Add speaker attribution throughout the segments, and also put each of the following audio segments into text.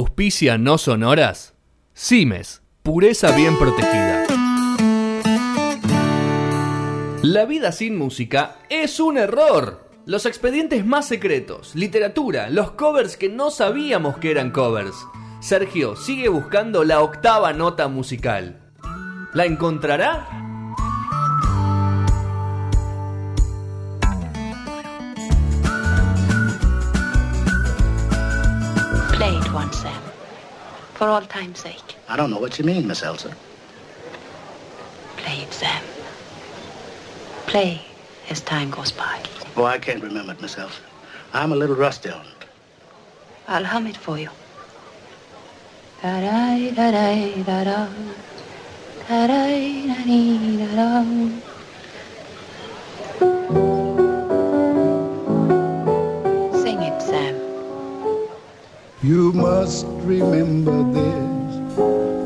Speaker 1: Auspicia no sonoras. Cimes, pureza bien protegida. La vida sin música es un error. Los expedientes más secretos, literatura, los covers que no sabíamos que eran covers. Sergio sigue buscando la octava nota musical. ¿La encontrará?
Speaker 2: Play it once, Sam. For all time's sake.
Speaker 3: I don't know what you mean, Miss Elsa.
Speaker 2: Play it, Sam. Play as time goes by.
Speaker 3: Oh, I can't remember it, Miss Elsa. I'm a little rusty on it.
Speaker 2: I'll hum it for you. Da-dai, da-dai, da-da. Da-dai, da-dee, da-da. Sing it, Sam.
Speaker 4: You must remember this.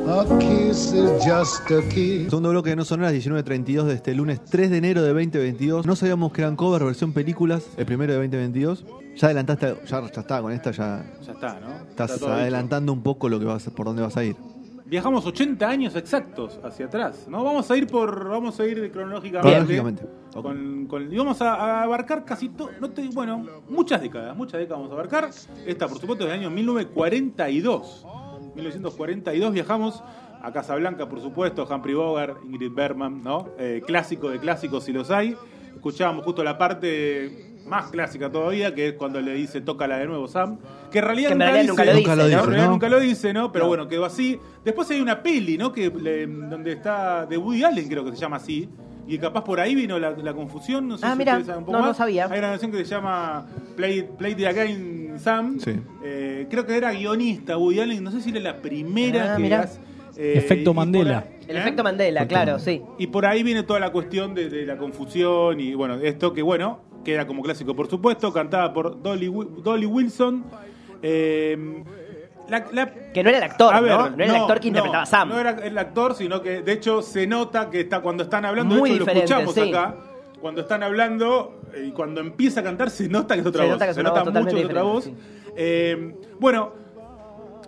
Speaker 4: A kiss is just a kiss.
Speaker 5: Segundo bloque de No Sonoras, 19.32 de este lunes 3 de enero de 2022. No sabíamos que eran cover, versión películas, el primero de 2022. Ya adelantaste, ya, ya está, con esta ya
Speaker 6: Ya está, ¿no?
Speaker 5: estás
Speaker 6: Está todo
Speaker 5: adelantando un poco lo que vas, por dónde vas a ir.
Speaker 6: dicho. Viajamos 80 años exactos hacia atrás, ¿no? Vamos a ir por. Vamos a ir cronológicamente.
Speaker 5: Cronológicamente. Ok.
Speaker 6: Con, con- y vamos a, a abarcar casi todo. No te- bueno, muchas décadas, muchas décadas vamos a abarcar. Esta, por supuesto, es del año 1942. 1942 viajamos a Casablanca, por supuesto, Humphrey Bogart, Ingrid Bergman, ¿no? Eh, clásico de clásicos si los hay. Escuchábamos justo la parte más clásica todavía, que es cuando le dice tócala de nuevo Sam, que en realidad,
Speaker 7: Que en realidad nunca lo
Speaker 6: dice, ¿no?
Speaker 7: dice,
Speaker 5: ¿no?
Speaker 6: En realidad
Speaker 5: ¿no?
Speaker 6: nunca lo dice, ¿no? Pero bueno, quedó así. Después hay una peli, ¿no? Que, le- donde está de Woody Allen, creo que se llama así. Y capaz por ahí vino la, la confusión, no sé
Speaker 7: Ah,
Speaker 6: si
Speaker 7: mira.
Speaker 6: ustedes saben un poco
Speaker 7: No, no
Speaker 6: más.
Speaker 7: sabía.
Speaker 6: Hay una canción que se llama Play, Play the Again Sam.
Speaker 5: Sí.
Speaker 6: Eh, creo que era guionista Woody Allen, no sé si era la primera
Speaker 7: Ah,
Speaker 6: que
Speaker 7: mirá.
Speaker 6: hace, eh,
Speaker 8: Efecto
Speaker 6: y por ahí-
Speaker 8: Mandela.
Speaker 7: El
Speaker 6: ¿Eh?
Speaker 7: efecto Mandela,
Speaker 5: Efecto
Speaker 7: claro,
Speaker 5: Mandela.
Speaker 7: sí.
Speaker 6: Y por ahí viene toda la cuestión de, de la confusión y bueno, esto que bueno, queda como clásico por supuesto, cantada por Dolly, Wi- Dolly Wilson. Eh, la- la-
Speaker 7: Que no era el actor,
Speaker 6: a ver,
Speaker 7: ¿no? No era el actor que interpretaba a Sam.
Speaker 6: No era el actor, sino que de hecho se nota que está cuando están hablando, de
Speaker 7: Muy
Speaker 6: hecho lo
Speaker 7: diferente,
Speaker 6: escuchamos
Speaker 7: sí.
Speaker 6: acá. Cuando están hablando eh, y cuando empieza a cantar se nota que es otra
Speaker 7: Se
Speaker 6: voz.
Speaker 7: nota que es
Speaker 6: se
Speaker 7: una
Speaker 6: nota
Speaker 7: voz
Speaker 6: mucho que es otra voz.
Speaker 7: totalmente
Speaker 6: Eh, bueno,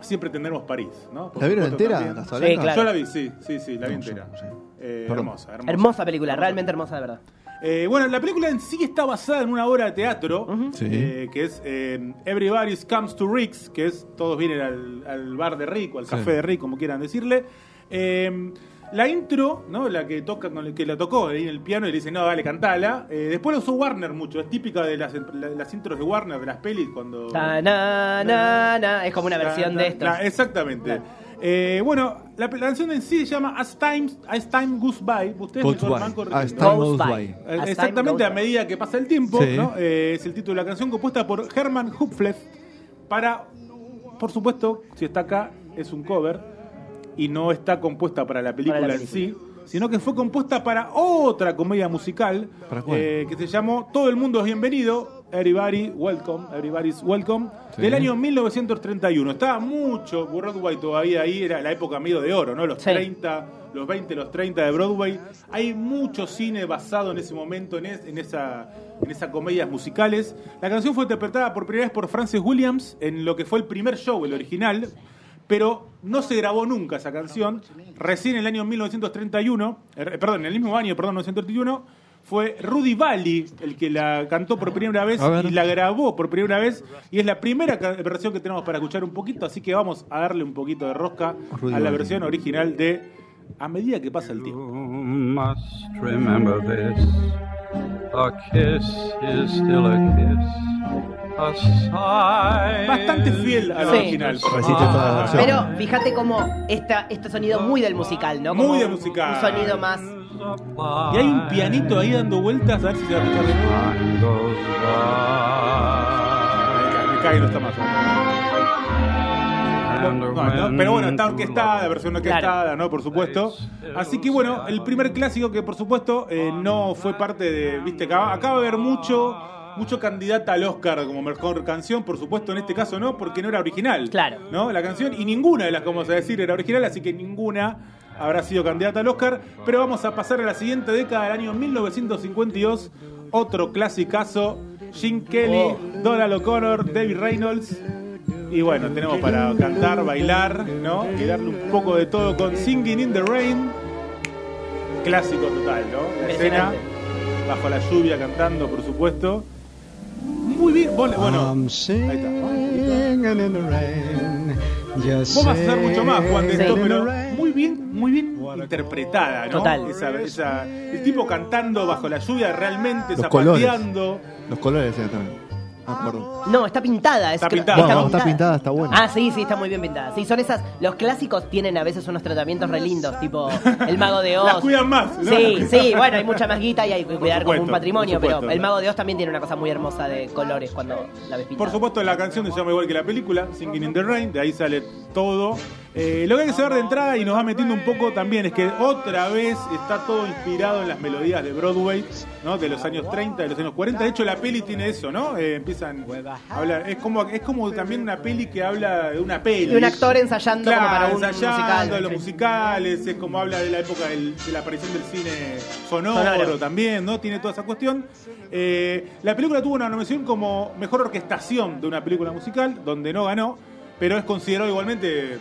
Speaker 6: siempre tendremos París, ¿no? Por
Speaker 5: ¿La vieron
Speaker 6: supuesto
Speaker 5: entera?
Speaker 6: también.
Speaker 5: Casablanca?
Speaker 7: Sí, claro.
Speaker 6: Yo la vi, sí, sí, sí, la vi
Speaker 5: No, yo
Speaker 6: entera.
Speaker 5: no sé.
Speaker 6: Eh,
Speaker 5: Perdón.
Speaker 6: hermosa, hermosa.
Speaker 7: Hermosa película, realmente hermosa, de verdad.
Speaker 6: Eh, bueno, la película en sí está basada en una obra de teatro,
Speaker 5: Sí.
Speaker 6: eh, que es eh, Everybody Comes to Rick's, que es todos vienen al, al bar de Rick o al
Speaker 5: Sí.
Speaker 6: café de Rick, como quieran decirle. Eh, la intro, ¿no? La que toca con el- que la tocó ahí en el piano y le dice, no, dale, cantala. Eh, después la usó Warner mucho, es típica de las, la- las intros de Warner, de las pelis, cuando.
Speaker 7: Ta, na, na, na. Es Ah, como una
Speaker 6: La-
Speaker 7: versión
Speaker 6: la-
Speaker 7: de esto.
Speaker 6: la- exactamente. Eh, bueno, la, la canción en sí se llama As Time, As Time Goes By. Ustedes me
Speaker 5: Goes
Speaker 6: lo van
Speaker 5: by. Ah,
Speaker 6: corrigiendo.
Speaker 5: As Time Goes
Speaker 7: Goes
Speaker 5: By.
Speaker 7: by.
Speaker 6: Eh,
Speaker 7: As time
Speaker 6: Exactamente,
Speaker 7: goes
Speaker 6: a
Speaker 7: by.
Speaker 6: medida que pasa el tiempo,
Speaker 5: Sí.
Speaker 6: ¿no? Eh, es el título de la canción compuesta por Herman Hupfleff para, por supuesto, si está acá, es un cover y no está compuesta para la película,
Speaker 7: Para la
Speaker 6: en sí, sino que fue compuesta para otra comedia musical
Speaker 5: ¿Para cuál?
Speaker 6: eh, que se llamó Todo el mundo es bienvenido, Everybody Welcome, Everybody's Welcome,
Speaker 5: Sí.
Speaker 6: del año 1931. Estaba mucho Broadway todavía ahí, era la época medio de oro, ¿no? Los
Speaker 7: Sí.
Speaker 6: 30, los 20, los 30 de Broadway. Hay mucho cine basado en ese momento, en, es- en esa en esas comedias musicales. La canción fue interpretada por primera vez por Frances Williams en lo que fue el primer show, el original, pero no se grabó nunca esa canción. Recién en el año 1931, eh, perdón, en el mismo año, perdón, 1931, fue Rudy Valli el que la cantó por primera vez
Speaker 5: A ver.
Speaker 6: y la grabó por primera vez y es la primera ca- versión que tenemos para escuchar un poquito, así que vamos a darle un poquito de rosca
Speaker 5: Rudy
Speaker 6: a la
Speaker 5: Valli.
Speaker 6: versión original de A medida que pasa el tiempo.
Speaker 9: must remember this. A kiss is still a kiss. A sigh.
Speaker 6: Bastante fiel al
Speaker 7: Sí.
Speaker 6: original. por
Speaker 5: Resiste
Speaker 6: decirlo.
Speaker 5: toda la versión.
Speaker 7: Pero fíjate cómo esta, este sonido muy del musical, ¿no?
Speaker 6: Muy
Speaker 7: Como
Speaker 6: de
Speaker 7: un-
Speaker 6: musical.
Speaker 7: Un sonido más.
Speaker 6: Y hay un pianito ahí dando vueltas, a ver si se va a escuchar de nuevo.
Speaker 9: Time goes by.
Speaker 6: Me cae, no está más. No, no, pero bueno, está orquestada, versión orquestada, ¿no? Por supuesto. Así que bueno, el primer clásico que por supuesto eh, no fue parte de. Viste, acá, acá va a haber mucho. Mucho candidata al Oscar como mejor canción, por supuesto en este caso no, porque no era original.
Speaker 7: Claro.
Speaker 6: ¿No? La canción y ninguna de las que vamos a decir era original, así que ninguna habrá sido candidata al Oscar. Pero vamos a pasar a la siguiente década del año 1952. Otro clasicazo. Jim Kelly, Donald O'Connor, David Reynolds. Y bueno, tenemos para cantar, bailar, ¿no? Y darle un poco de todo con Singing in the Rain. Clásico total, ¿no? La escena,
Speaker 7: Impresionante.
Speaker 6: bajo la lluvia cantando, por supuesto. Muy bien, vos le- bueno.
Speaker 4: I'm singing in the rain. Just
Speaker 6: Vos vas a hacer mucho más, Juan, de esto,
Speaker 4: singing in the
Speaker 6: pero
Speaker 4: rain.
Speaker 6: muy bien, muy bien interpretada, ¿no?
Speaker 7: Total.
Speaker 6: Esa, esa- el tipo cantando bajo la lluvia, realmente
Speaker 5: Los
Speaker 6: zapateando.
Speaker 5: Los colores, eh, también. Ah, perdón.
Speaker 7: No, está pintada. es
Speaker 6: Está
Speaker 7: que-
Speaker 6: pintada.
Speaker 5: Bueno, cuando está pintada, está buena.
Speaker 7: Ah, sí, sí, está muy bien pintada. Sí, son esas. Los clásicos tienen a veces unos tratamientos re lindos, tipo El Mago de Oz.
Speaker 6: Las cuidan más, ¿no?
Speaker 7: Sí, sí, bueno, hay mucha más guita y hay que cuidar como
Speaker 6: supuesto,
Speaker 7: un
Speaker 6: por
Speaker 7: patrimonio, pero
Speaker 6: supuesto.
Speaker 7: El Mago de Oz también tiene una cosa muy hermosa de colores cuando la ves pintada.
Speaker 6: Por supuesto, la canción se llama igual que la película, Singing in the Rain, de ahí sale todo. Eh, lo que hay que saber de entrada y nos va metiendo un poco también es que otra vez está todo inspirado en las melodías de Broadway, ¿no? De los años 30, de los años 40. De hecho, la peli tiene eso, ¿no? Eh, empiezan a hablar. Es como, es como también una peli que habla de una peli.
Speaker 7: Y un actor ensayando
Speaker 6: Claro,
Speaker 7: como para un
Speaker 6: ensayando
Speaker 7: musical.
Speaker 6: los
Speaker 7: Sí.
Speaker 6: musicales, es como habla de la época del- de la aparición del cine sonoro,
Speaker 7: Sonoro.
Speaker 6: también, ¿no? Tiene toda esa cuestión. Eh, la película tuvo una nominación como mejor orquestación de una película musical, donde no ganó, pero es considerado igualmente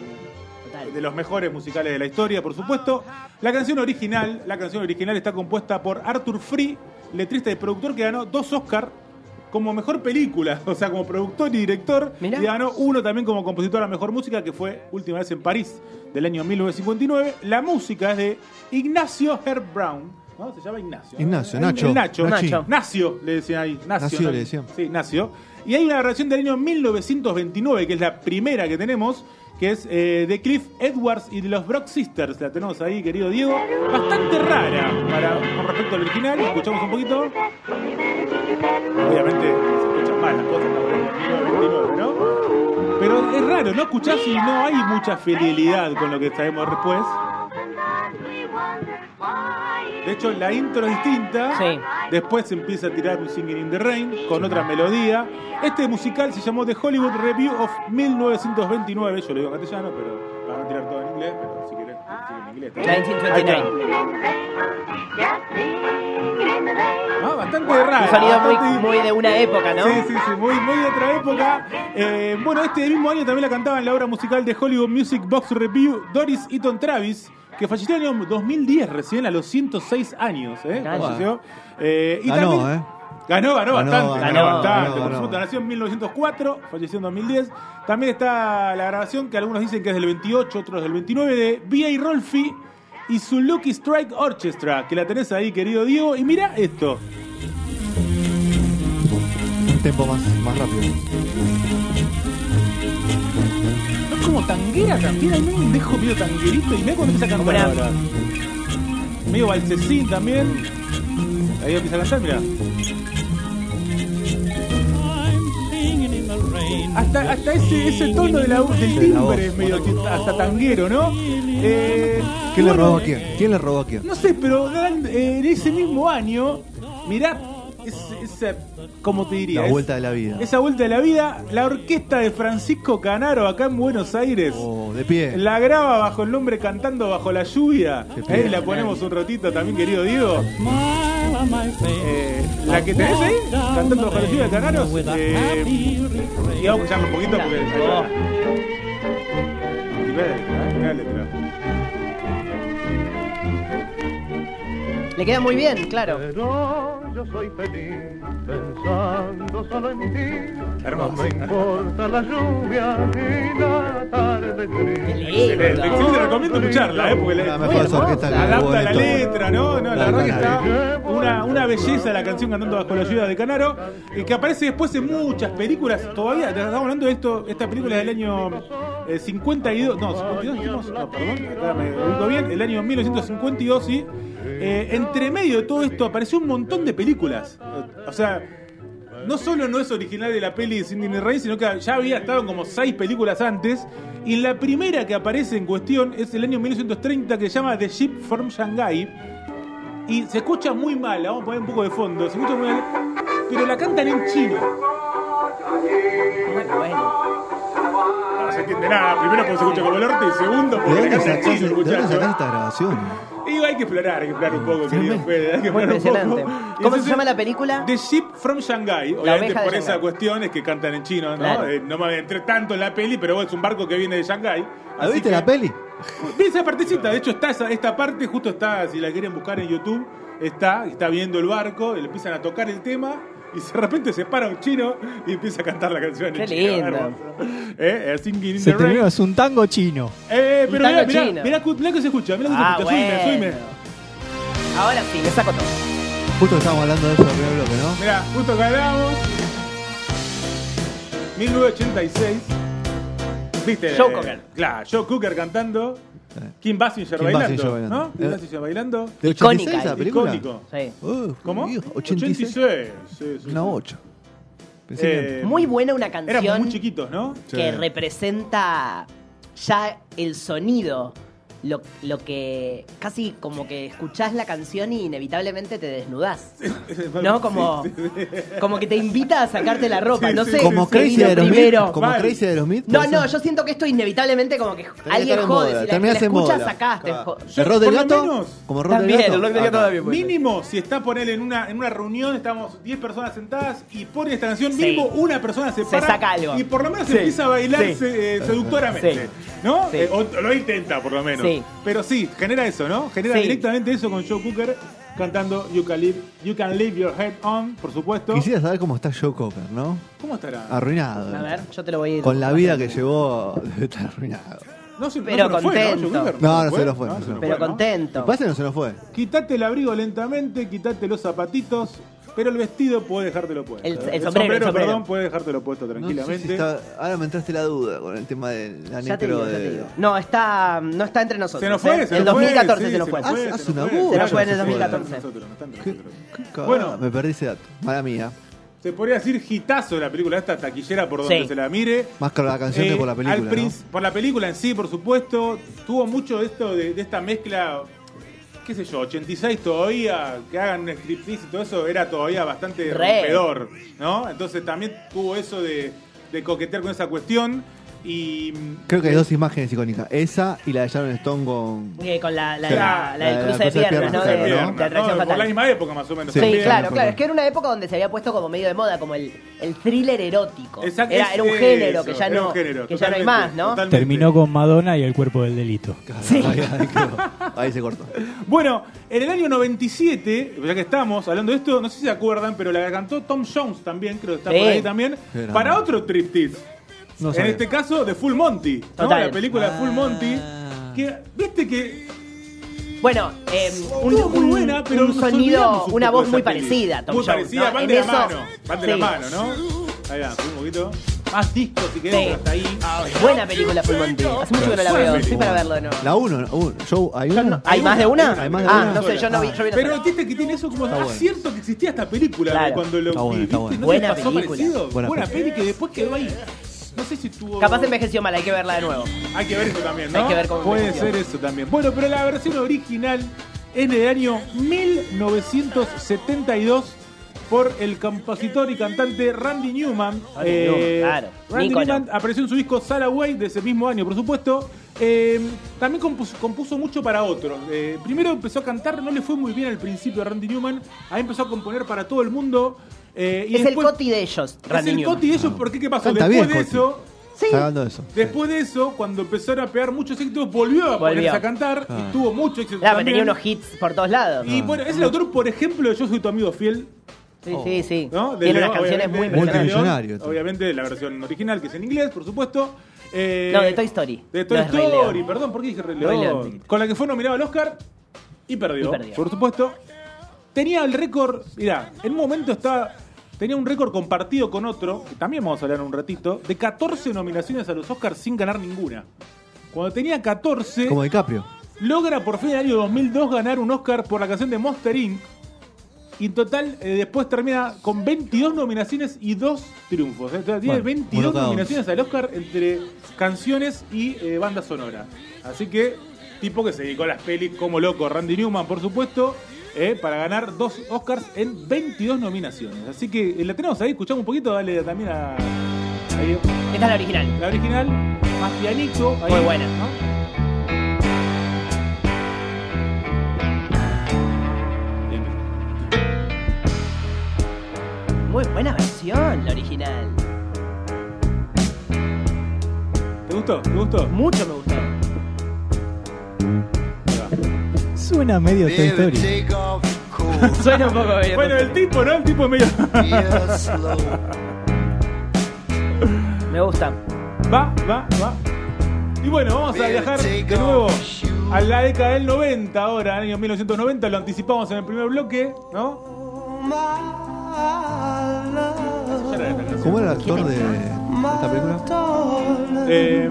Speaker 7: Total.
Speaker 6: de los mejores musicales de la historia, por supuesto. La canción original, la canción original está compuesta por Arthur Free, letrista y productor que ganó dos Oscar como mejor película, o sea, como productor y director,
Speaker 7: Mirá.
Speaker 6: y ganó uno también como compositor a mejor música, que fue última vez en París, del año 1959. La música es de Ignacio Herb Brown, ¿no? Se llama Ignacio. ¿no?
Speaker 5: Ignacio,
Speaker 6: El-
Speaker 5: Nacho.
Speaker 6: el Nacho.
Speaker 5: Nachi.
Speaker 7: Nacho.
Speaker 6: Nacio, le decían ahí. Nacio,
Speaker 5: Nacio,
Speaker 6: ¿no?
Speaker 5: le decían.
Speaker 6: Sí, Nacio. Y hay una grabación del año 1929, que es la primera que tenemos, que es eh, de Cliff Edwards y de los Brock Sisters. La tenemos ahí, querido Diego. Bastante rara para, con respecto al original. Escuchamos un poquito. Obviamente se escuchan mal las cosas, está por el 1929, ¿no? Pero es raro, ¿no? Escuchás y no hay mucha fidelidad con lo que sabemos después. De hecho, la intro es distinta.
Speaker 7: Sí.
Speaker 6: Después se empieza a tirar un Singing in the Rain con otra melodía. Este musical se llamó The Hollywood Review of 1929. Yo lo digo en castellano, pero para no tirar todo en inglés, pero si querés, decirlo en inglés. está bien.
Speaker 7: 1929.
Speaker 6: Ahí está. Ah, bastante raro.
Speaker 7: Un sonido muy,
Speaker 6: bastante-
Speaker 7: muy de una época, ¿no?
Speaker 6: Ah, Sí, sí, sí, muy, muy de otra época. Eh, bueno, este mismo año también la cantaba en la obra musical de Hollywood Music Box Review Doris Eaton Travis, que falleció en el año 2010, recién a los 106 años. ¿eh?
Speaker 7: Ganó.
Speaker 6: Falleció. Eh, y
Speaker 5: Ganó,
Speaker 6: también-
Speaker 5: ¿eh?
Speaker 6: Ganó, ganó,
Speaker 5: Ganó,
Speaker 6: bastante, ganó,
Speaker 7: ganó,
Speaker 6: bastante.
Speaker 5: ganó,
Speaker 6: por
Speaker 5: ganó.
Speaker 6: supuesto, nació en 1904, falleció en 2010. También está la grabación que algunos dicen que es del 28, otros del 29, de B.A. Rolfi y su Lucky Strike Orchestra, que la tenés ahí, querido Diego. Y mira esto.
Speaker 5: Un tempo más, más rápido.
Speaker 6: No es como tanguera también, hay un dejo medio tanguerito y mira cuando empieza a
Speaker 7: Como
Speaker 6: cantar
Speaker 7: una-
Speaker 6: ahora. Medio balsecín también. Ahí empieza a cantar, mira. Hasta, hasta ese, ese tono de la, del
Speaker 5: De la voz.
Speaker 6: timbre es medio que- hasta tanguero, ¿no? Eh,
Speaker 5: ¿Quién le
Speaker 6: bueno,
Speaker 5: robó a quién? ¿Quién le robó a quién?
Speaker 6: No sé, pero dan- eh, en ese mismo año, mirá, ese- esa, ¿cómo te diría?
Speaker 5: La
Speaker 6: Es-
Speaker 5: vuelta de la vida.
Speaker 6: Esa vuelta de la vida, la orquesta de Francisco Canaro acá en Buenos Aires.
Speaker 5: Oh, de pie.
Speaker 6: La graba bajo el nombre Cantando bajo la lluvia.
Speaker 5: pena.
Speaker 6: Ahí la ponemos un ratito también, querido Diego. Eh, la que tenés ahí, Cantando bajo la lluvia de Canaros. eh, y vamos a escucharlo un poquito porque. ahí va. Y ve, eh, ve la letra.
Speaker 7: Le queda muy bien, claro.
Speaker 6: Eh,
Speaker 8: Pero yo soy feliz pensando solo en ti.
Speaker 6: Hermoso.
Speaker 8: No me importa la lluvia ni la tarde gris.
Speaker 6: Excelente, excelente, recomiendo escucharla, eh, porque
Speaker 5: La
Speaker 6: la,
Speaker 5: mejor orquesta que hubo
Speaker 6: adapta
Speaker 5: en
Speaker 6: la
Speaker 5: esto.
Speaker 6: letra, ¿no? No, la
Speaker 5: Claro,
Speaker 6: verdad que
Speaker 5: claro.
Speaker 6: está una, una belleza la canción cantando bajo la ayuda de Canaro, eh, que aparece después en muchas películas. Todavía, estamos hablando de esto, esta película es del año eh, 52, no, 52 dijimos, no, perdón, acá me ubico bien, el año 1952, sí. Eh, entre medio de todo esto apareció un montón de películas. Eh, O sea, no solo no es original de la peli de Cindy Rey, sino que ya había estado en como seis películas antes. Y la primera que aparece en cuestión es el año 1930 que se llama The Ship from Shanghai. Y se escucha muy mal, la vamos a poner un poco de fondo, se escucha muy mal, pero la cantan en chino.
Speaker 7: Muy bueno.
Speaker 6: Ah, No se entiende nada, primero porque se escucha como el orto y segundo
Speaker 5: ¿De
Speaker 6: porque la
Speaker 5: dónde
Speaker 6: cantan en
Speaker 5: sacaste,
Speaker 6: chino,
Speaker 5: de dónde
Speaker 6: muchachos.
Speaker 5: sacaste esta grabación?
Speaker 6: Y digo, hay que explorar, hay que explorar un poco, querido
Speaker 5: me-
Speaker 6: Fede, hay que
Speaker 7: Muy
Speaker 6: explorar un poco.
Speaker 7: impresionante.
Speaker 6: Y
Speaker 7: ¿Cómo
Speaker 6: entonces,
Speaker 7: se llama la película?
Speaker 6: The Ship from Shanghai, obviamente
Speaker 7: oveja de
Speaker 6: por esas
Speaker 7: Shanghái.
Speaker 6: cuestiones que cantan en chino, ¿no?
Speaker 7: Claro.
Speaker 6: Eh, no me entré tanto en la peli, pero bueno, es un barco que viene de Shanghai.
Speaker 5: ¿Ah, viste la peli?
Speaker 6: Vi esa partecita, de hecho está esa- esta parte, justo está, si la quieren buscar en YouTube, está, está viendo el barco, y le empiezan a tocar el tema, y de repente se para un chino y empieza a cantar la canción
Speaker 7: Qué
Speaker 6: en chino.
Speaker 7: lindo.
Speaker 6: hermoso. Eh, eh, Singing in
Speaker 10: Se
Speaker 6: the Rain.
Speaker 10: terminó, es un tango chino.
Speaker 6: Eh, pero
Speaker 7: tango
Speaker 6: mirá, mirá,
Speaker 7: chino.
Speaker 6: mirá, cu- mirá que se escucha, mirá que
Speaker 7: Ah,
Speaker 6: se escucha,
Speaker 7: bueno.
Speaker 6: subime, subime.
Speaker 7: Ahora sí, me saco todo.
Speaker 5: Justo estábamos hablando de eso en el primer bloque, ¿no?
Speaker 6: Mirá, justo que hablábamos. 1986. ¿Viste?
Speaker 7: Joe Cocker.
Speaker 6: Claro, Joe Cooker cantando.
Speaker 5: Sí.
Speaker 6: Kim Basinger
Speaker 5: Kim
Speaker 6: bailando.
Speaker 5: Basinger bailando.
Speaker 6: ¿No? Kim
Speaker 5: Eh.
Speaker 6: Basinger bailando.
Speaker 5: ¿De
Speaker 7: Icónica,
Speaker 5: 86 la película?
Speaker 6: Icónico.
Speaker 7: Sí.
Speaker 5: Uh,
Speaker 6: ¿Cómo?
Speaker 5: 86.
Speaker 6: 86. Sí, sí,
Speaker 5: Una
Speaker 6: sí.
Speaker 5: 8. Pensé que-
Speaker 6: Eh,
Speaker 7: Muy buena una
Speaker 6: Éramos
Speaker 7: canción
Speaker 6: muy chiquitos, ¿no?
Speaker 7: que
Speaker 5: Sí.
Speaker 7: representa ya el sonido. Lo, lo que casi como que escuchás la canción y inevitablemente te desnudás. ¿No? Como, como que te invita a sacarte la ropa.
Speaker 6: Sí,
Speaker 7: no
Speaker 6: sí,
Speaker 7: sé.
Speaker 6: sí,
Speaker 5: como
Speaker 7: qué
Speaker 5: Crazy
Speaker 7: vino
Speaker 5: Aerosmith.
Speaker 7: primero.
Speaker 5: Como
Speaker 6: Mal.
Speaker 5: Crazy Aerosmith.
Speaker 7: No,
Speaker 5: puede
Speaker 7: no,
Speaker 5: ser.
Speaker 7: yo siento que esto inevitablemente como que
Speaker 5: que
Speaker 7: alguien
Speaker 5: estar en
Speaker 7: jode.
Speaker 5: moda,
Speaker 7: Si la,
Speaker 5: también
Speaker 7: la
Speaker 5: está en
Speaker 7: escuchas,
Speaker 5: moda.
Speaker 7: sacaste.
Speaker 5: Claro.
Speaker 7: jo-
Speaker 6: Yo,
Speaker 5: ¿El rock del
Speaker 6: por lo
Speaker 5: gato?
Speaker 6: menos-
Speaker 5: ¿Como rock
Speaker 7: También,
Speaker 5: del gato?
Speaker 7: el rock del gato
Speaker 5: Ah,
Speaker 1: también.
Speaker 6: Mínimo, si está por él en una, en una reunión, estamos 10 personas sentadas y ponen esta canción,
Speaker 7: Sí.
Speaker 6: mínimo una persona se
Speaker 7: Se
Speaker 6: para
Speaker 7: saca algo.
Speaker 6: y por lo menos
Speaker 7: Sí.
Speaker 6: empieza a bailar
Speaker 7: Sí.
Speaker 6: se- eh, seductoramente.
Speaker 7: Sí.
Speaker 6: ¿No?
Speaker 7: Sí.
Speaker 6: Eh, o lo intenta por lo menos.
Speaker 7: Sí.
Speaker 6: Pero sí, genera eso, ¿no? Genera
Speaker 7: Sí.
Speaker 6: directamente eso con Joe Cooker cantando You Can Live, you can live Your Head On, por supuesto.
Speaker 5: Quisiera saber cómo está Joe Cocker, ¿no?
Speaker 6: ¿Cómo estará?
Speaker 5: Arruinado.
Speaker 7: A ver, yo te lo voy a ir.
Speaker 5: Con la vida que llevó, debe estar arruinado.
Speaker 6: No se, no
Speaker 7: Pero
Speaker 6: se nos fue,
Speaker 7: contento.
Speaker 6: Joe Cooker?
Speaker 5: No, no se lo fue, no se lo
Speaker 7: Pero
Speaker 6: ¿no?
Speaker 7: contento.
Speaker 5: Parece que no se nos fue.
Speaker 6: Quitate el abrigo lentamente, quitate los zapatitos, pero el vestido puede dejártelo puesto.
Speaker 7: El- el sombrero, el sombrero.
Speaker 6: perdón, puede dejártelo puesto
Speaker 5: No sé si
Speaker 6: tranquilamente.
Speaker 5: está- ahora me entraste la duda con el tema del
Speaker 7: Ya te
Speaker 5: anecro
Speaker 7: digo, ya te
Speaker 5: de.
Speaker 7: digo. No, está, no está entre nosotros.
Speaker 6: Se nos fue,
Speaker 7: ¿eh?
Speaker 6: se
Speaker 7: el
Speaker 6: nos fue,
Speaker 7: 2014
Speaker 6: sí,
Speaker 7: se nos fue.
Speaker 5: fue. Ah, hace una
Speaker 6: se
Speaker 5: burla.
Speaker 6: nos fue,
Speaker 7: Se nos fue en el
Speaker 6: se nos
Speaker 7: 2014.
Speaker 6: fue, no está entre
Speaker 5: Qué-
Speaker 6: nosotros.
Speaker 5: qué cagada,
Speaker 6: Bueno.
Speaker 5: me perdí ese dato. Mala mía.
Speaker 6: Se podría decir hitazo la película, esta taquillera por donde
Speaker 7: Sí.
Speaker 6: se la mire.
Speaker 5: Más que la canción
Speaker 6: Eh,
Speaker 5: que por la
Speaker 6: al
Speaker 5: película. ¿no?
Speaker 6: princ- Por la película en sí, por supuesto. Tuvo mucho esto de, de esta mezcla, qué sé yo, 86 todavía, que hagan un striptease y todo eso, era todavía bastante
Speaker 7: Re.
Speaker 6: rompedor, ¿no? Entonces también tuvo eso de, de coquetear con esa cuestión. Y
Speaker 5: Creo que hay dos imágenes icónicas. Esa y la de Sharon Stone con.
Speaker 7: Eh, con la, la,
Speaker 6: Sí.
Speaker 7: la- la
Speaker 5: La-
Speaker 7: del
Speaker 5: la
Speaker 7: cruce de
Speaker 5: cruce de
Speaker 7: piernas, ¿no?
Speaker 5: piernas,
Speaker 7: De,
Speaker 5: ¿no?
Speaker 7: de
Speaker 6: Pierna,
Speaker 7: atracción
Speaker 6: ¿no? Por la
Speaker 7: fatal.
Speaker 6: misma época más o menos.
Speaker 5: Sí,
Speaker 7: Sí,
Speaker 6: también.
Speaker 7: claro,
Speaker 5: por
Speaker 7: claro.
Speaker 5: la-
Speaker 7: Es que era una época donde se había puesto como medio de moda, como el, el thriller erótico.
Speaker 6: Exacto,
Speaker 7: era,
Speaker 6: es
Speaker 7: era un
Speaker 6: eso,
Speaker 7: género que ya
Speaker 6: era
Speaker 7: no,
Speaker 6: un género,
Speaker 7: que ya no hay
Speaker 6: totalmente,
Speaker 7: más, ¿no?
Speaker 6: totalmente.
Speaker 10: Terminó con Madonna y el cuerpo del delito.
Speaker 5: Sí. Ahí, ahí quedó. Ahí se cortó.
Speaker 6: Bueno, en el año 97, ya que estamos hablando de esto, no sé si se acuerdan, pero la cantó Tom Jones también, creo que está
Speaker 7: Sí.
Speaker 6: por ahí también,
Speaker 5: Era.
Speaker 6: para otro triptych.
Speaker 5: No
Speaker 6: en
Speaker 5: sabía.
Speaker 6: este caso, de Full Monty, ¿no?
Speaker 7: Total.
Speaker 6: La película de Full Monty.
Speaker 5: Ah.
Speaker 6: Que, viste que.
Speaker 7: Bueno, eh, un,
Speaker 6: Estuvo muy
Speaker 7: un-
Speaker 6: buena, pero
Speaker 7: un
Speaker 6: nos
Speaker 7: sonido,
Speaker 6: olvidamos un
Speaker 7: una
Speaker 6: poco
Speaker 7: voz
Speaker 6: de
Speaker 7: muy
Speaker 6: esa peli.
Speaker 7: parecida a Tom
Speaker 6: Muy
Speaker 7: Jones,
Speaker 6: parecida,
Speaker 7: ¿no?
Speaker 6: van
Speaker 7: En
Speaker 6: de la
Speaker 7: eso-
Speaker 6: mano. Van de la
Speaker 7: sí.
Speaker 6: mano, ¿no? Ahí va, un poquito. Más discos si querés,
Speaker 7: Sí.
Speaker 6: pero hasta ahí.
Speaker 5: Ah,
Speaker 7: Buena película Full Monty. Hace mucho que no la veo. Estoy para verlo de nuevo.
Speaker 5: La 1, show, ¿hay
Speaker 7: Yo
Speaker 5: una?
Speaker 7: no- ¿Hay más de una?
Speaker 5: Hay más de
Speaker 7: ah,
Speaker 5: una
Speaker 7: no sé,
Speaker 5: sola.
Speaker 7: yo no vi.
Speaker 5: Ah.
Speaker 7: Yo vi una
Speaker 6: Pero
Speaker 7: sola.
Speaker 6: viste que tiene eso como
Speaker 5: Está
Speaker 6: acierto
Speaker 5: bueno.
Speaker 6: cierto que existía esta película
Speaker 7: Claro.
Speaker 6: de cuando lo
Speaker 5: Está bueno, está
Speaker 6: vi, ¿viste?
Speaker 5: bueno.
Speaker 6: ¿No te
Speaker 7: Buena
Speaker 6: pasó
Speaker 7: película.
Speaker 6: parecido?
Speaker 5: Buena
Speaker 6: Buena,
Speaker 5: película.
Speaker 6: peli que después quedó ahí. No sé si tuvo
Speaker 7: Capaz envejeció mal, hay que verla de nuevo.
Speaker 6: Hay que ver eso también, ¿no?
Speaker 7: Hay que ver cómo
Speaker 6: Puede
Speaker 7: envejeció.
Speaker 6: ser eso también. Bueno, pero la versión original es del año 1972 por el compositor y cantante Randy Newman. Eh,
Speaker 7: Randy Newman, claro.
Speaker 6: Randy
Speaker 7: Ícono.
Speaker 6: Newman apareció en su disco Saraway de ese mismo año, por supuesto. Eh, también compuso, compuso mucho para otros. Eh, primero empezó a cantar, no le fue muy bien al principio a Randy Newman. Ahí empezó a componer para todo el mundo. eh, y
Speaker 7: Es el
Speaker 6: después-
Speaker 7: Coti de ellos,
Speaker 6: Es
Speaker 7: Randy
Speaker 6: el
Speaker 7: Newman.
Speaker 6: Coti de ellos, porque ¿qué pasó?
Speaker 5: Canta
Speaker 6: después
Speaker 5: bien,
Speaker 6: de
Speaker 5: Coti.
Speaker 6: eso.
Speaker 5: Está hablando de eso.
Speaker 6: Después de eso, cuando empezaron a pegar muchos éxitos, volvió a
Speaker 7: Volvió.
Speaker 6: ponerse a cantar
Speaker 5: Ah.
Speaker 6: y tuvo mucho éxito.
Speaker 7: Claro, pero
Speaker 6: también.
Speaker 7: tenía unos hits por todos lados.
Speaker 6: Y bueno, es el autor, por ejemplo, de Yo soy tu amigo fiel.
Speaker 7: Sí, sí, sí.
Speaker 6: ¿no? De
Speaker 7: Tiene
Speaker 6: León,
Speaker 7: unas canciones
Speaker 6: obviamente, de León,
Speaker 7: muy impresionantes.
Speaker 5: Multimillonario.
Speaker 6: Obviamente, la versión original, que es en inglés, por supuesto. Eh,
Speaker 7: No, de Toy Story.
Speaker 6: De Toy
Speaker 7: No es Rey
Speaker 6: Story,
Speaker 7: León.
Speaker 6: perdón, ¿por qué dije Rey
Speaker 7: Rey
Speaker 6: León?
Speaker 7: León.
Speaker 6: Con la que fue nominado al Oscar y perdió,
Speaker 7: Y perdió.
Speaker 6: por supuesto. Tenía el récord, mirá, en un momento estaba, tenía un récord compartido con otro, que también vamos a hablar en un ratito, de 14 nominaciones a los Oscars sin ganar ninguna. Cuando tenía 14,
Speaker 5: Como DiCaprio.
Speaker 6: logra por fin en el año 2002 ganar un Oscar por la canción de Monster Inc. Y en total, eh, después termina con 22 nominaciones y 2 triunfos. Entonces, tiene
Speaker 5: Bueno,
Speaker 6: 22
Speaker 5: uno cada
Speaker 6: nominaciones al Oscar entre canciones y eh, banda sonora. Así que, tipo que se dedicó a las pelis como loco, Randy Newman, por supuesto, eh, para ganar dos Oscars en 22 nominaciones. Así que eh, la tenemos ahí, escuchamos un poquito, dale también a. ahí,
Speaker 7: Esta es la original.
Speaker 6: la original, más pianito. ahí,
Speaker 7: Muy buena.
Speaker 6: ¿no?
Speaker 7: muy buena versión la original.
Speaker 6: ¿Te gustó? ¿Te gustó?
Speaker 7: Mucho me gustó.
Speaker 10: Suena medio Toy Story.
Speaker 7: Suena un poco bien.
Speaker 6: Bueno, el tipo, ¿no? El tipo es medio.
Speaker 7: Me gusta.
Speaker 6: Va, va, va. Y bueno, vamos a viajar de nuevo a la década del 90, ahora, año 1990, lo anticipamos en el primer bloque, ¿no? Ya era esta canción.
Speaker 5: ¿Cómo era el actor de de esta película?
Speaker 6: Eh,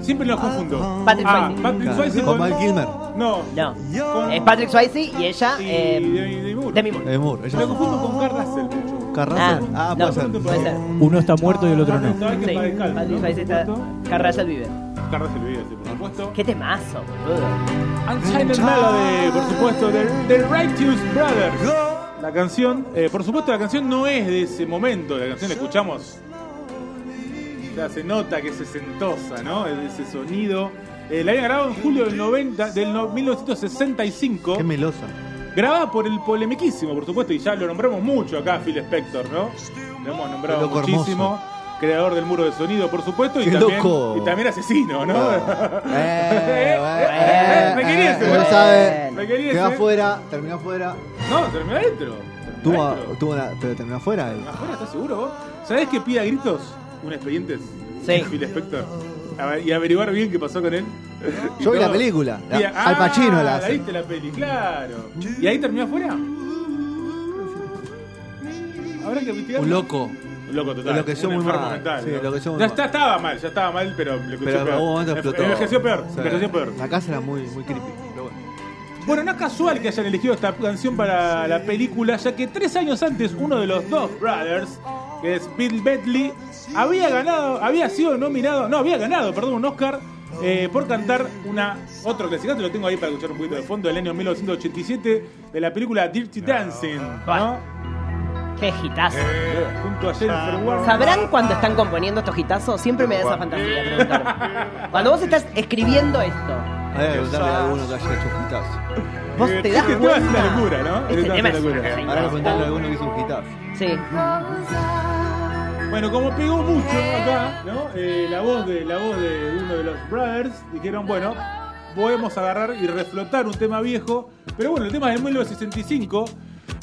Speaker 6: siempre los confundo.
Speaker 7: Patrick
Speaker 6: ah,
Speaker 7: Swayze.
Speaker 6: Patrick Swayze
Speaker 5: Con Val Kilmer.
Speaker 6: No.
Speaker 7: No.
Speaker 6: Con-
Speaker 7: Es Patrick Swayze y ella.
Speaker 6: Y
Speaker 7: eh, Oh.
Speaker 6: Demi- Demi Moore.
Speaker 7: Demi Moore.
Speaker 5: Eh, Moore.
Speaker 6: Lo
Speaker 5: Ella
Speaker 6: confundo con Carl Russell, mucho.
Speaker 5: Carrasco.
Speaker 7: Ah,
Speaker 5: Ah,
Speaker 7: no,
Speaker 5: puede ser.
Speaker 7: Puede ser.
Speaker 10: Uno está muerto y el otro no.
Speaker 6: Sabes que
Speaker 7: Sí,
Speaker 6: es Patrick Swayze,
Speaker 7: Patrick
Speaker 6: ¿no?
Speaker 7: Swayze está.
Speaker 6: Por
Speaker 7: Carrasel vive.
Speaker 6: Carl Russell vive, sí, por supuesto.
Speaker 7: Qué temazo, boludo.
Speaker 6: Unchained Melody, por supuesto, de The Righteous Brothers. La canción, eh, por supuesto, la canción no es de ese momento, la canción la escuchamos. O sea, se nota que es sesentosa, ¿no? Es Ese sonido. Eh, la habían grabado en julio del 90, del no- 1965.
Speaker 5: Qué melosa.
Speaker 6: Grabada por el polemiquísimo, por supuesto, y ya lo nombramos mucho acá, Phil Spector, ¿no? Lo hemos nombrado
Speaker 5: Qué loco
Speaker 6: muchísimo. Creador del muro de sonido, por supuesto, y,
Speaker 5: Qué
Speaker 6: también,
Speaker 5: loco.
Speaker 6: y también asesino, ¿no?
Speaker 5: Eh,
Speaker 6: eh, me quería ese,
Speaker 5: no
Speaker 6: bueno.
Speaker 5: sabe.
Speaker 6: Me quería
Speaker 5: Queda
Speaker 6: ese.
Speaker 5: afuera, terminó afuera.
Speaker 6: No, terminó adentro. Terminó
Speaker 5: Tuvo,
Speaker 6: adentro.
Speaker 5: tuvo una, pero terminó afuera. él.
Speaker 6: ¿Afuera estás seguro vos? ¿Sabés que pida gritos un expediente?
Speaker 7: Sí.
Speaker 6: Phil Spector. A ver, y averiguar bien qué pasó con él. Y
Speaker 5: Yo vi la
Speaker 6: todo.
Speaker 5: película. la-
Speaker 6: Y-
Speaker 5: Al Pacino la
Speaker 6: la
Speaker 5: hace.
Speaker 6: viste la peli, claro. ¿Y ahí terminó afuera? Habrá que investigar.
Speaker 5: Un loco.
Speaker 6: Un loco total.
Speaker 5: Enloqueció
Speaker 6: un
Speaker 5: muy
Speaker 6: enfermo
Speaker 5: mal,
Speaker 6: Mental,
Speaker 5: sí,
Speaker 6: ¿no?
Speaker 5: enloqueció muy
Speaker 6: ya
Speaker 5: mal.
Speaker 6: está- estaba mal, ya estaba mal, pero le
Speaker 5: Pero en algún momento explotó.
Speaker 6: Envejeció peor,
Speaker 5: Sí.
Speaker 6: envejeció peor.
Speaker 5: La casa era muy, muy creepy. pero bueno.
Speaker 6: Bueno, no es casual que hayan elegido esta canción para la película, ya que tres años antes uno de los dos brothers, que es Bill Bentley, había ganado, había sido nominado, no, había ganado, perdón, un Oscar eh, por cantar una otro clasicazo, lo tengo ahí para escuchar un poquito de fondo, del año 1987, de la película Dirty Dancing, ¿no?
Speaker 7: Qué hitazo.
Speaker 6: Junto a Jennifer Warren.
Speaker 7: ¿Sabrán cuando están componiendo estos hitazos? Siempre me da esa fantasía preguntar. Cuando vos estás escribiendo esto,
Speaker 5: Hay que preguntarle a alguno que haya hecho un hitazo.
Speaker 7: vos
Speaker 6: Eh,
Speaker 7: te das
Speaker 6: este tema
Speaker 7: cuenta.
Speaker 6: es una locura, ¿no?
Speaker 7: Este
Speaker 6: Este tema
Speaker 7: tema
Speaker 6: es
Speaker 7: es
Speaker 6: una locura.
Speaker 7: una
Speaker 5: Ahora que
Speaker 7: reina.
Speaker 5: preguntarle a alguno que hizo un hitazo.
Speaker 7: Sí.
Speaker 6: Bueno, como pegó mucho acá, ¿no? Eh, la, voz de, la voz de uno de los brothers, dijeron, bueno, podemos agarrar y reflotar un tema viejo. Pero bueno, el tema es del 1965.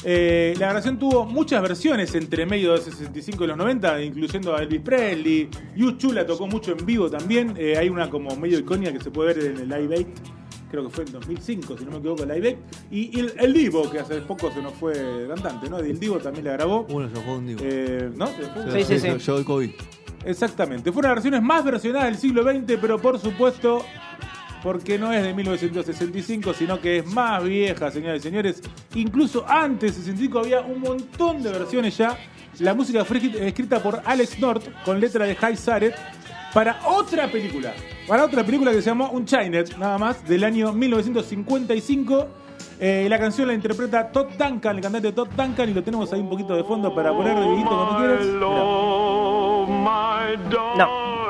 Speaker 6: Eh, la grabación tuvo muchas versiones entre medio de 65 y los 90, incluyendo a Elvis Presley. YouTube la tocó mucho en vivo también. Eh, hay una como medio icónica que se puede ver en el Live Aid. Creo que fue en 2005, si no me equivoco, el Live Aid. Y el, el Divo, que hace poco se nos fue el cantante, ¿no? El Divo también la grabó.
Speaker 5: Uno se fue un digo.
Speaker 6: Eh, ¿No? ¿Se fue?
Speaker 7: Sí, sí, sí.
Speaker 5: Yo doy COVID.
Speaker 6: Exactamente. Fueron las versiones más versionadas del siglo XX, pero por supuesto, porque no es de 1965, sino que es más vieja, señoras y señores. Incluso antes de 65 había un montón de versiones ya. La música fue escri- escrita por Alex North con letra de High Zaret para otra película. Para otra película que se llamó Unchained, nada más, del año 1955. Eh, la canción la interpreta Todd Duncan, el cantante Todd Duncan, y lo tenemos ahí un poquito de fondo para poner de vinito cuando quieras. Mirá.
Speaker 7: No.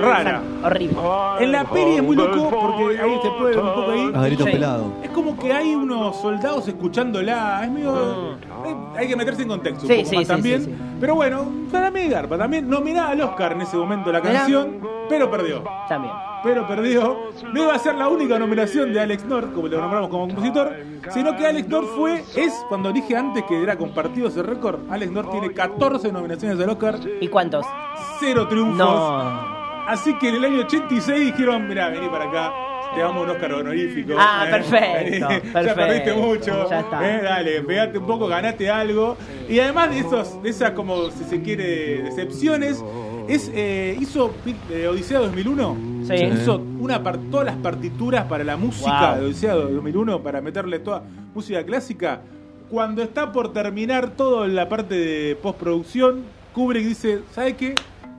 Speaker 6: Rara.
Speaker 7: Horrible.
Speaker 6: En la peli es muy loco porque ahí se puede ver un poco ahí.
Speaker 5: A grito
Speaker 7: Sí.
Speaker 5: pelado.
Speaker 6: Es como que hay unos soldados escuchándola. Es medio. eh, Hay que meterse en contexto.
Speaker 7: Sí,
Speaker 6: un poco
Speaker 7: sí,
Speaker 6: más
Speaker 7: sí,
Speaker 6: también.
Speaker 7: sí, sí.
Speaker 6: Pero bueno, para mí, Garpa también nominada al Oscar en ese momento la
Speaker 7: Mirá.
Speaker 6: canción, pero perdió.
Speaker 7: También.
Speaker 6: Pero perdió. No iba a ser la única nominación de Alex North, como lo nombramos como compositor, sino que Alex North fue, es, cuando dije antes que era compartido ese récord, Alex North tiene 14 nominaciones al Oscar,
Speaker 7: ¿Y cuántos?
Speaker 6: cero triunfos.
Speaker 7: No.
Speaker 6: Así que en el año 86 dijeron, mirá, vení para acá, te damos un Oscar honorífico. Eh,
Speaker 7: Ah, perfecto,
Speaker 6: vení, Ya
Speaker 7: perfecto.
Speaker 6: perdiste mucho.
Speaker 7: Ya está.
Speaker 6: eh, dale, pegate un poco, ganate algo. Y además de, esos, de esas, como si se quiere, decepciones, es, eh, hizo eh, Odisea 2001.
Speaker 7: Sí.
Speaker 6: Hizo una par- todas las partituras para la música
Speaker 7: Wow.
Speaker 6: de Odisea 2001, para meterle toda música clásica. Cuando está por terminar toda la parte de postproducción, Kubrick dice, ¿sabe qué?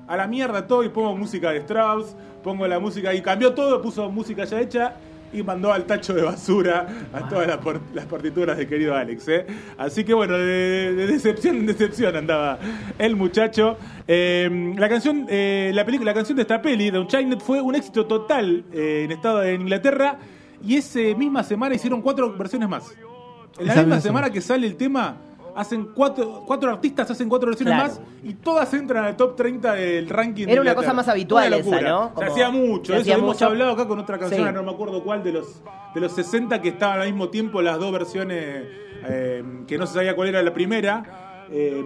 Speaker 6: A la mierda todo y pongo música de Strauss, pongo la música y cambió todo, puso música ya hecha y mandó al tacho de basura a todas las, por- las partituras de querido Alex. ¿eh? Así que bueno, de, de decepción en decepción andaba el muchacho. Eh, la canción, eh, la película, la canción de esta peli, The Unchained, fue un éxito total eh, en estado en Inglaterra y esa misma semana hicieron cuatro versiones más. En la
Speaker 5: Esa
Speaker 6: misma
Speaker 5: misma
Speaker 6: semana que sale el tema, hacen cuatro, cuatro artistas hacen cuatro versiones
Speaker 7: Claro.
Speaker 6: más y todas entran al top 30 del ranking. de
Speaker 7: Era una
Speaker 6: Inglaterra.
Speaker 7: cosa más habitual
Speaker 6: Una
Speaker 7: esa,
Speaker 6: locura.
Speaker 7: ¿no?
Speaker 6: Se
Speaker 7: Como-
Speaker 6: hacía mucho,
Speaker 7: se
Speaker 6: eso
Speaker 7: hacía
Speaker 6: lo hemos
Speaker 7: mucho.
Speaker 6: hablado acá con otra canción,
Speaker 7: Sí.
Speaker 6: ahora no me acuerdo cuál, de los, de los 60 que estaban al mismo tiempo las dos versiones, eh, que no se sabía cuál era la primera. eh,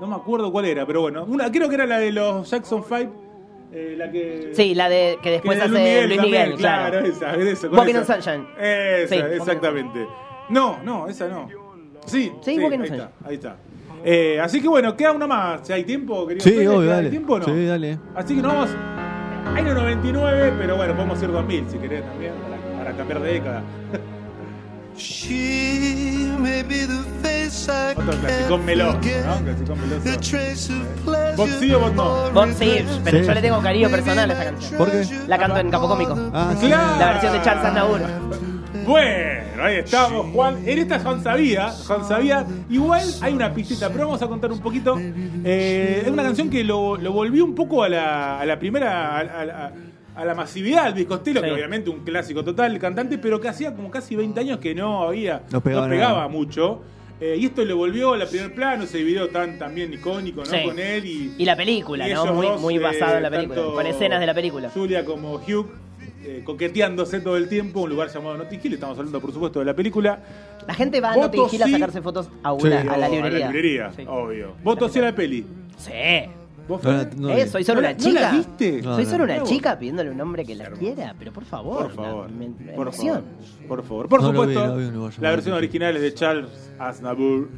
Speaker 6: no me acuerdo cuál era, pero bueno. Una, creo que era la de los Jackson 5, eh, la que...
Speaker 7: Sí, la de que después
Speaker 6: Que de
Speaker 7: hace
Speaker 6: Luis Miguel
Speaker 7: Luis Miguel,
Speaker 6: también,
Speaker 7: claro.
Speaker 6: claro, esa, es eso, con
Speaker 7: Walking
Speaker 6: esa.
Speaker 7: on Sunshine.
Speaker 6: Esa,
Speaker 7: Sí, Walking on
Speaker 6: exactamente. No, no, esa no. Sí,
Speaker 7: Sí, Walking on
Speaker 6: ahí
Speaker 7: Sunshine.
Speaker 6: está, ahí está. Eh, así que bueno, queda una más. Si hay tiempo, querido.
Speaker 5: Sí,
Speaker 6: Fede,
Speaker 5: obvio,
Speaker 6: ¿queda- ¿Hay
Speaker 5: dale.
Speaker 6: tiempo o no?
Speaker 5: Sí, dale.
Speaker 6: Así que nos vamos. Hay los 99, pero bueno, podemos ir 2000 si querés también, para, para cambiar de década.
Speaker 11: She may be the face I
Speaker 6: Otro clasicón meloso, ¿no? Clasicón meloso.
Speaker 11: trace of pleasure.
Speaker 6: ¿Vos sí o vos no?
Speaker 7: Bon Sears, pero
Speaker 5: Sí.
Speaker 7: yo le tengo cariño personal a esa canción.
Speaker 5: ¿Por qué?
Speaker 7: La canto en Capocómico.
Speaker 5: Ah, sí.
Speaker 6: Claro.
Speaker 7: La versión de Charles Aznavour.
Speaker 6: Bueno, ahí estamos, Juan. En esta Juan sabía, Juan sabía. Igual hay una pistita, pero vamos a contar un poquito. Eh, es una canción que lo, lo volvió un poco a la, a la primera, a, a- a- a la masividad del disco Estilo,
Speaker 7: Sí.
Speaker 6: que obviamente un clásico total, el cantante, pero que hacía como casi 20 años que no había,
Speaker 5: No pegaba nada.
Speaker 6: mucho. Eh, y esto lo volvió a la primer plano, ese video tan también icónico, ¿no?
Speaker 7: Sí.
Speaker 6: Con él y,
Speaker 7: Y la película,
Speaker 6: y
Speaker 7: ¿no?
Speaker 6: ellos
Speaker 7: Muy,
Speaker 6: dos,
Speaker 7: muy
Speaker 6: eh,
Speaker 7: basado en la película.
Speaker 6: tanto
Speaker 7: Con escenas de la película.
Speaker 6: Julia como Hugh eh, coqueteándose todo el tiempo, un lugar llamado Notting Hill, estamos hablando por supuesto de la película.
Speaker 7: La gente va a Notting
Speaker 6: Voto
Speaker 7: Hill a
Speaker 6: sí.
Speaker 7: sacarse fotos a, una,
Speaker 5: Sí.
Speaker 7: a la
Speaker 6: O
Speaker 7: librería. Sí.
Speaker 6: obvio. Voto sí a la peli.
Speaker 7: Sí.
Speaker 6: ¿Vos
Speaker 5: No,
Speaker 6: Fran?
Speaker 5: no,
Speaker 7: Eh, soy solo
Speaker 6: ¿No la-
Speaker 7: una chica.
Speaker 6: ¿No la viste?
Speaker 5: No,
Speaker 7: Soy
Speaker 5: no.
Speaker 7: solo una
Speaker 6: Bravo.
Speaker 7: chica pidiéndole un hombre que la quiera, pero por favor.
Speaker 6: Por favor.
Speaker 7: me- me
Speaker 6: por favor.
Speaker 7: emociona.
Speaker 6: Por favor. Por
Speaker 5: No lo vi,
Speaker 6: supuesto,
Speaker 5: no vi un uruguayo.
Speaker 6: la versión original es de Charles Aznavour,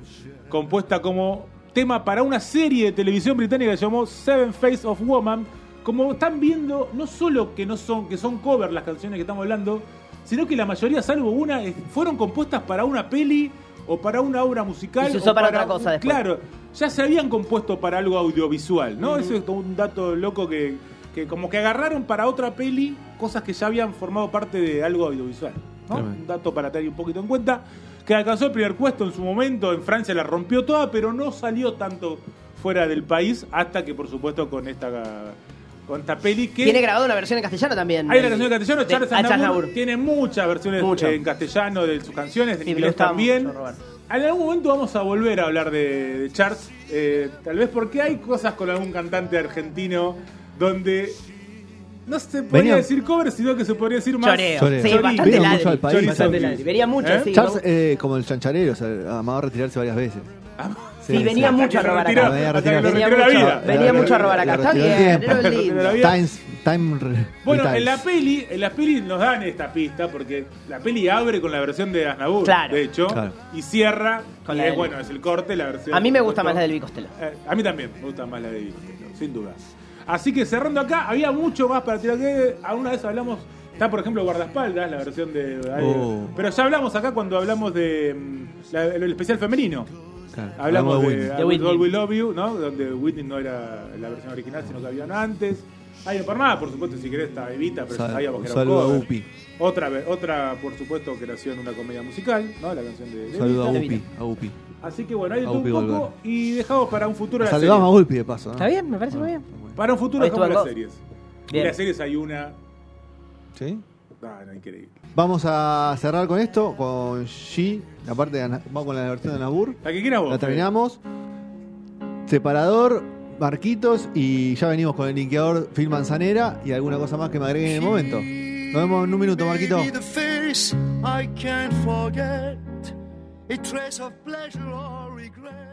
Speaker 6: compuesta como tema para una serie de televisión británica que se llamó Seven Face of Woman. Como están viendo, no solo que no son que son cover las canciones que estamos hablando, sino que la mayoría, salvo una, es- fueron compuestas para una peli o para una obra musical.
Speaker 7: Y se usó
Speaker 6: o
Speaker 7: para otra cosa después.
Speaker 6: Claro, ya se habían compuesto para algo audiovisual, ¿no? Eso es como un dato loco que, que como que agarraron para otra peli cosas que ya habían formado parte de algo audiovisual, ¿no?
Speaker 5: Tremendo.
Speaker 6: Un dato para tener un poquito en cuenta, que alcanzó el primer puesto en su momento, en Francia la rompió toda, pero no salió tanto fuera del país hasta que, por supuesto, con esta, con esta peli que...
Speaker 7: Tiene grabada una versión en castellano también.
Speaker 6: Hay una canción en castellano,
Speaker 7: De-
Speaker 6: Charles
Speaker 7: a
Speaker 6: Aznavour tiene muchas versiones
Speaker 7: Mucho.
Speaker 6: en castellano de sus canciones, en
Speaker 7: Sí, me
Speaker 6: inglés
Speaker 7: gustaba
Speaker 6: también.
Speaker 7: mucho, Roberto.
Speaker 6: en algún momento vamos a volver a hablar de, de Charles, eh, tal vez porque hay cosas con algún cantante argentino donde no se podría
Speaker 5: Venía-
Speaker 6: decir cover, sino que se podría decir más
Speaker 7: Choreo.
Speaker 5: Choreo.
Speaker 7: Sí,
Speaker 6: Choreo.
Speaker 7: bastante
Speaker 5: Vino
Speaker 7: ladri.
Speaker 5: mucho al país.
Speaker 7: Bastante
Speaker 6: Chorizo.
Speaker 7: ladri. Venía mucho,
Speaker 6: ¿Eh?
Speaker 7: sí.
Speaker 5: Charles,
Speaker 7: ¿no?
Speaker 5: eh, como el chancharo, o sea, amaba retirarse varias veces.
Speaker 6: Ah,
Speaker 7: Sí, venía
Speaker 5: sí.
Speaker 7: mucho a
Speaker 6: Hasta que
Speaker 7: robar
Speaker 6: retiró-
Speaker 5: Lo
Speaker 7: acá.
Speaker 5: venía
Speaker 6: hasta que
Speaker 5: retirando.
Speaker 6: retiró
Speaker 7: Venía
Speaker 6: la
Speaker 7: mucho,
Speaker 6: vida.
Speaker 7: venía mucho a robar acá.
Speaker 5: Lo
Speaker 7: Está
Speaker 5: retiró
Speaker 7: bien,
Speaker 5: el tiempo.
Speaker 7: era
Speaker 6: Lo retiró
Speaker 7: lindo.
Speaker 6: la vida.
Speaker 5: Times, time re-
Speaker 6: Bueno,
Speaker 5: retimes.
Speaker 6: en la peli, en la peli nos dan esta pista porque la peli abre con la versión de Aznavour,
Speaker 7: Claro.
Speaker 6: de hecho,
Speaker 5: Claro.
Speaker 6: y cierra
Speaker 7: Con
Speaker 6: y
Speaker 7: la
Speaker 6: es,
Speaker 7: del-
Speaker 6: bueno, es el corte, la versión.
Speaker 7: A mí me
Speaker 6: por
Speaker 7: gusta
Speaker 6: supuesto.
Speaker 7: más la del Bicostelo.
Speaker 6: Eh, a mí también me gusta más la de Vicky, sin duda. Así que cerrando acá, había mucho más para tirar. Que alguna vez hablamos, está por ejemplo guardaespaldas, la versión de.
Speaker 5: Oh.
Speaker 6: Pero ya hablamos acá cuando hablamos de mm, la- el especial femenino.
Speaker 5: Claro,
Speaker 6: Hablamos de,
Speaker 5: Whitney.
Speaker 6: I
Speaker 7: De
Speaker 6: Will
Speaker 7: Whitney.
Speaker 6: All We Love You, ¿no? Donde Whitney no era la versión original, sino que había una antes. Hay un par más, por supuesto, si querés está Evita, pero
Speaker 5: Sal-
Speaker 6: ya sabíamos
Speaker 5: un
Speaker 6: que era un
Speaker 5: saludo a
Speaker 6: cover.
Speaker 5: Upi.
Speaker 6: Otra, ve- otra, por supuesto, creación una comedia musical, ¿no? La canción de, de
Speaker 5: Saludo a
Speaker 6: Evita.
Speaker 5: Upi. A Upi.
Speaker 6: Así que bueno, ahí
Speaker 5: A
Speaker 6: está un
Speaker 5: Upi
Speaker 6: poco
Speaker 5: Goldberg.
Speaker 6: y dejamos para un futuro la serie.
Speaker 5: Saludamos a Upi de paso. ¿no?
Speaker 7: Está bien, me parece muy bien.
Speaker 6: Para un futuro
Speaker 7: Hoy
Speaker 6: dejamos las
Speaker 7: estuvo
Speaker 6: series. Y
Speaker 7: Bien.
Speaker 6: las series hay una.
Speaker 5: ¿Sí?
Speaker 6: Ah, no, increíble.
Speaker 5: Vamos a cerrar con esto, con She, la parte de Ana- vamos con la versión de Anabur.
Speaker 6: La que quieras vos.
Speaker 5: La
Speaker 6: Fede.
Speaker 5: terminamos. Separador, Marquitos y ya venimos con el linkeador Phil Manzanera y alguna cosa más que me agreguen en el momento. Nos vemos en un minuto, Marquito.
Speaker 11: Be the face I can't forget. A trace of pleasure or regret.